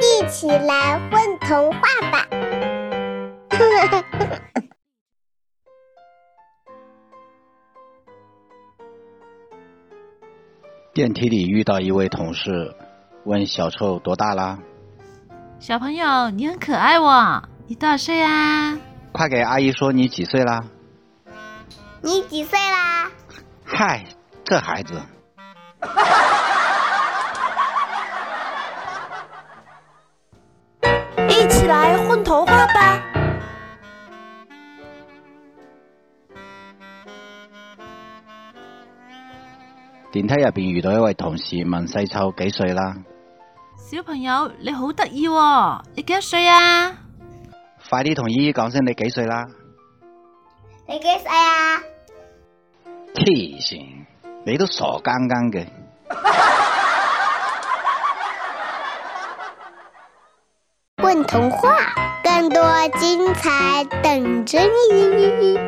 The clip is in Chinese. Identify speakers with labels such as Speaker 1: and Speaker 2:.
Speaker 1: 一起来混童话吧！
Speaker 2: 电梯里遇到一位同事，问小臭多大啦？
Speaker 3: 小朋友，你很可爱哇！你多少岁啊？
Speaker 2: 快给阿姨说你几岁啦？
Speaker 1: 你几岁啦？
Speaker 2: 嗨，这孩子。
Speaker 4: 一起来混童话吧！
Speaker 2: 電梯入邊遇到一位同事問細臭幾歲啦？
Speaker 3: 小朋友，你好得意喎！你幾多歲啊？
Speaker 2: 快啲同姨姨講聲你幾歲啦？
Speaker 1: 你几岁啊？
Speaker 2: 黐線，你都傻更更嘅。
Speaker 1: 混童话，更多精彩等着你！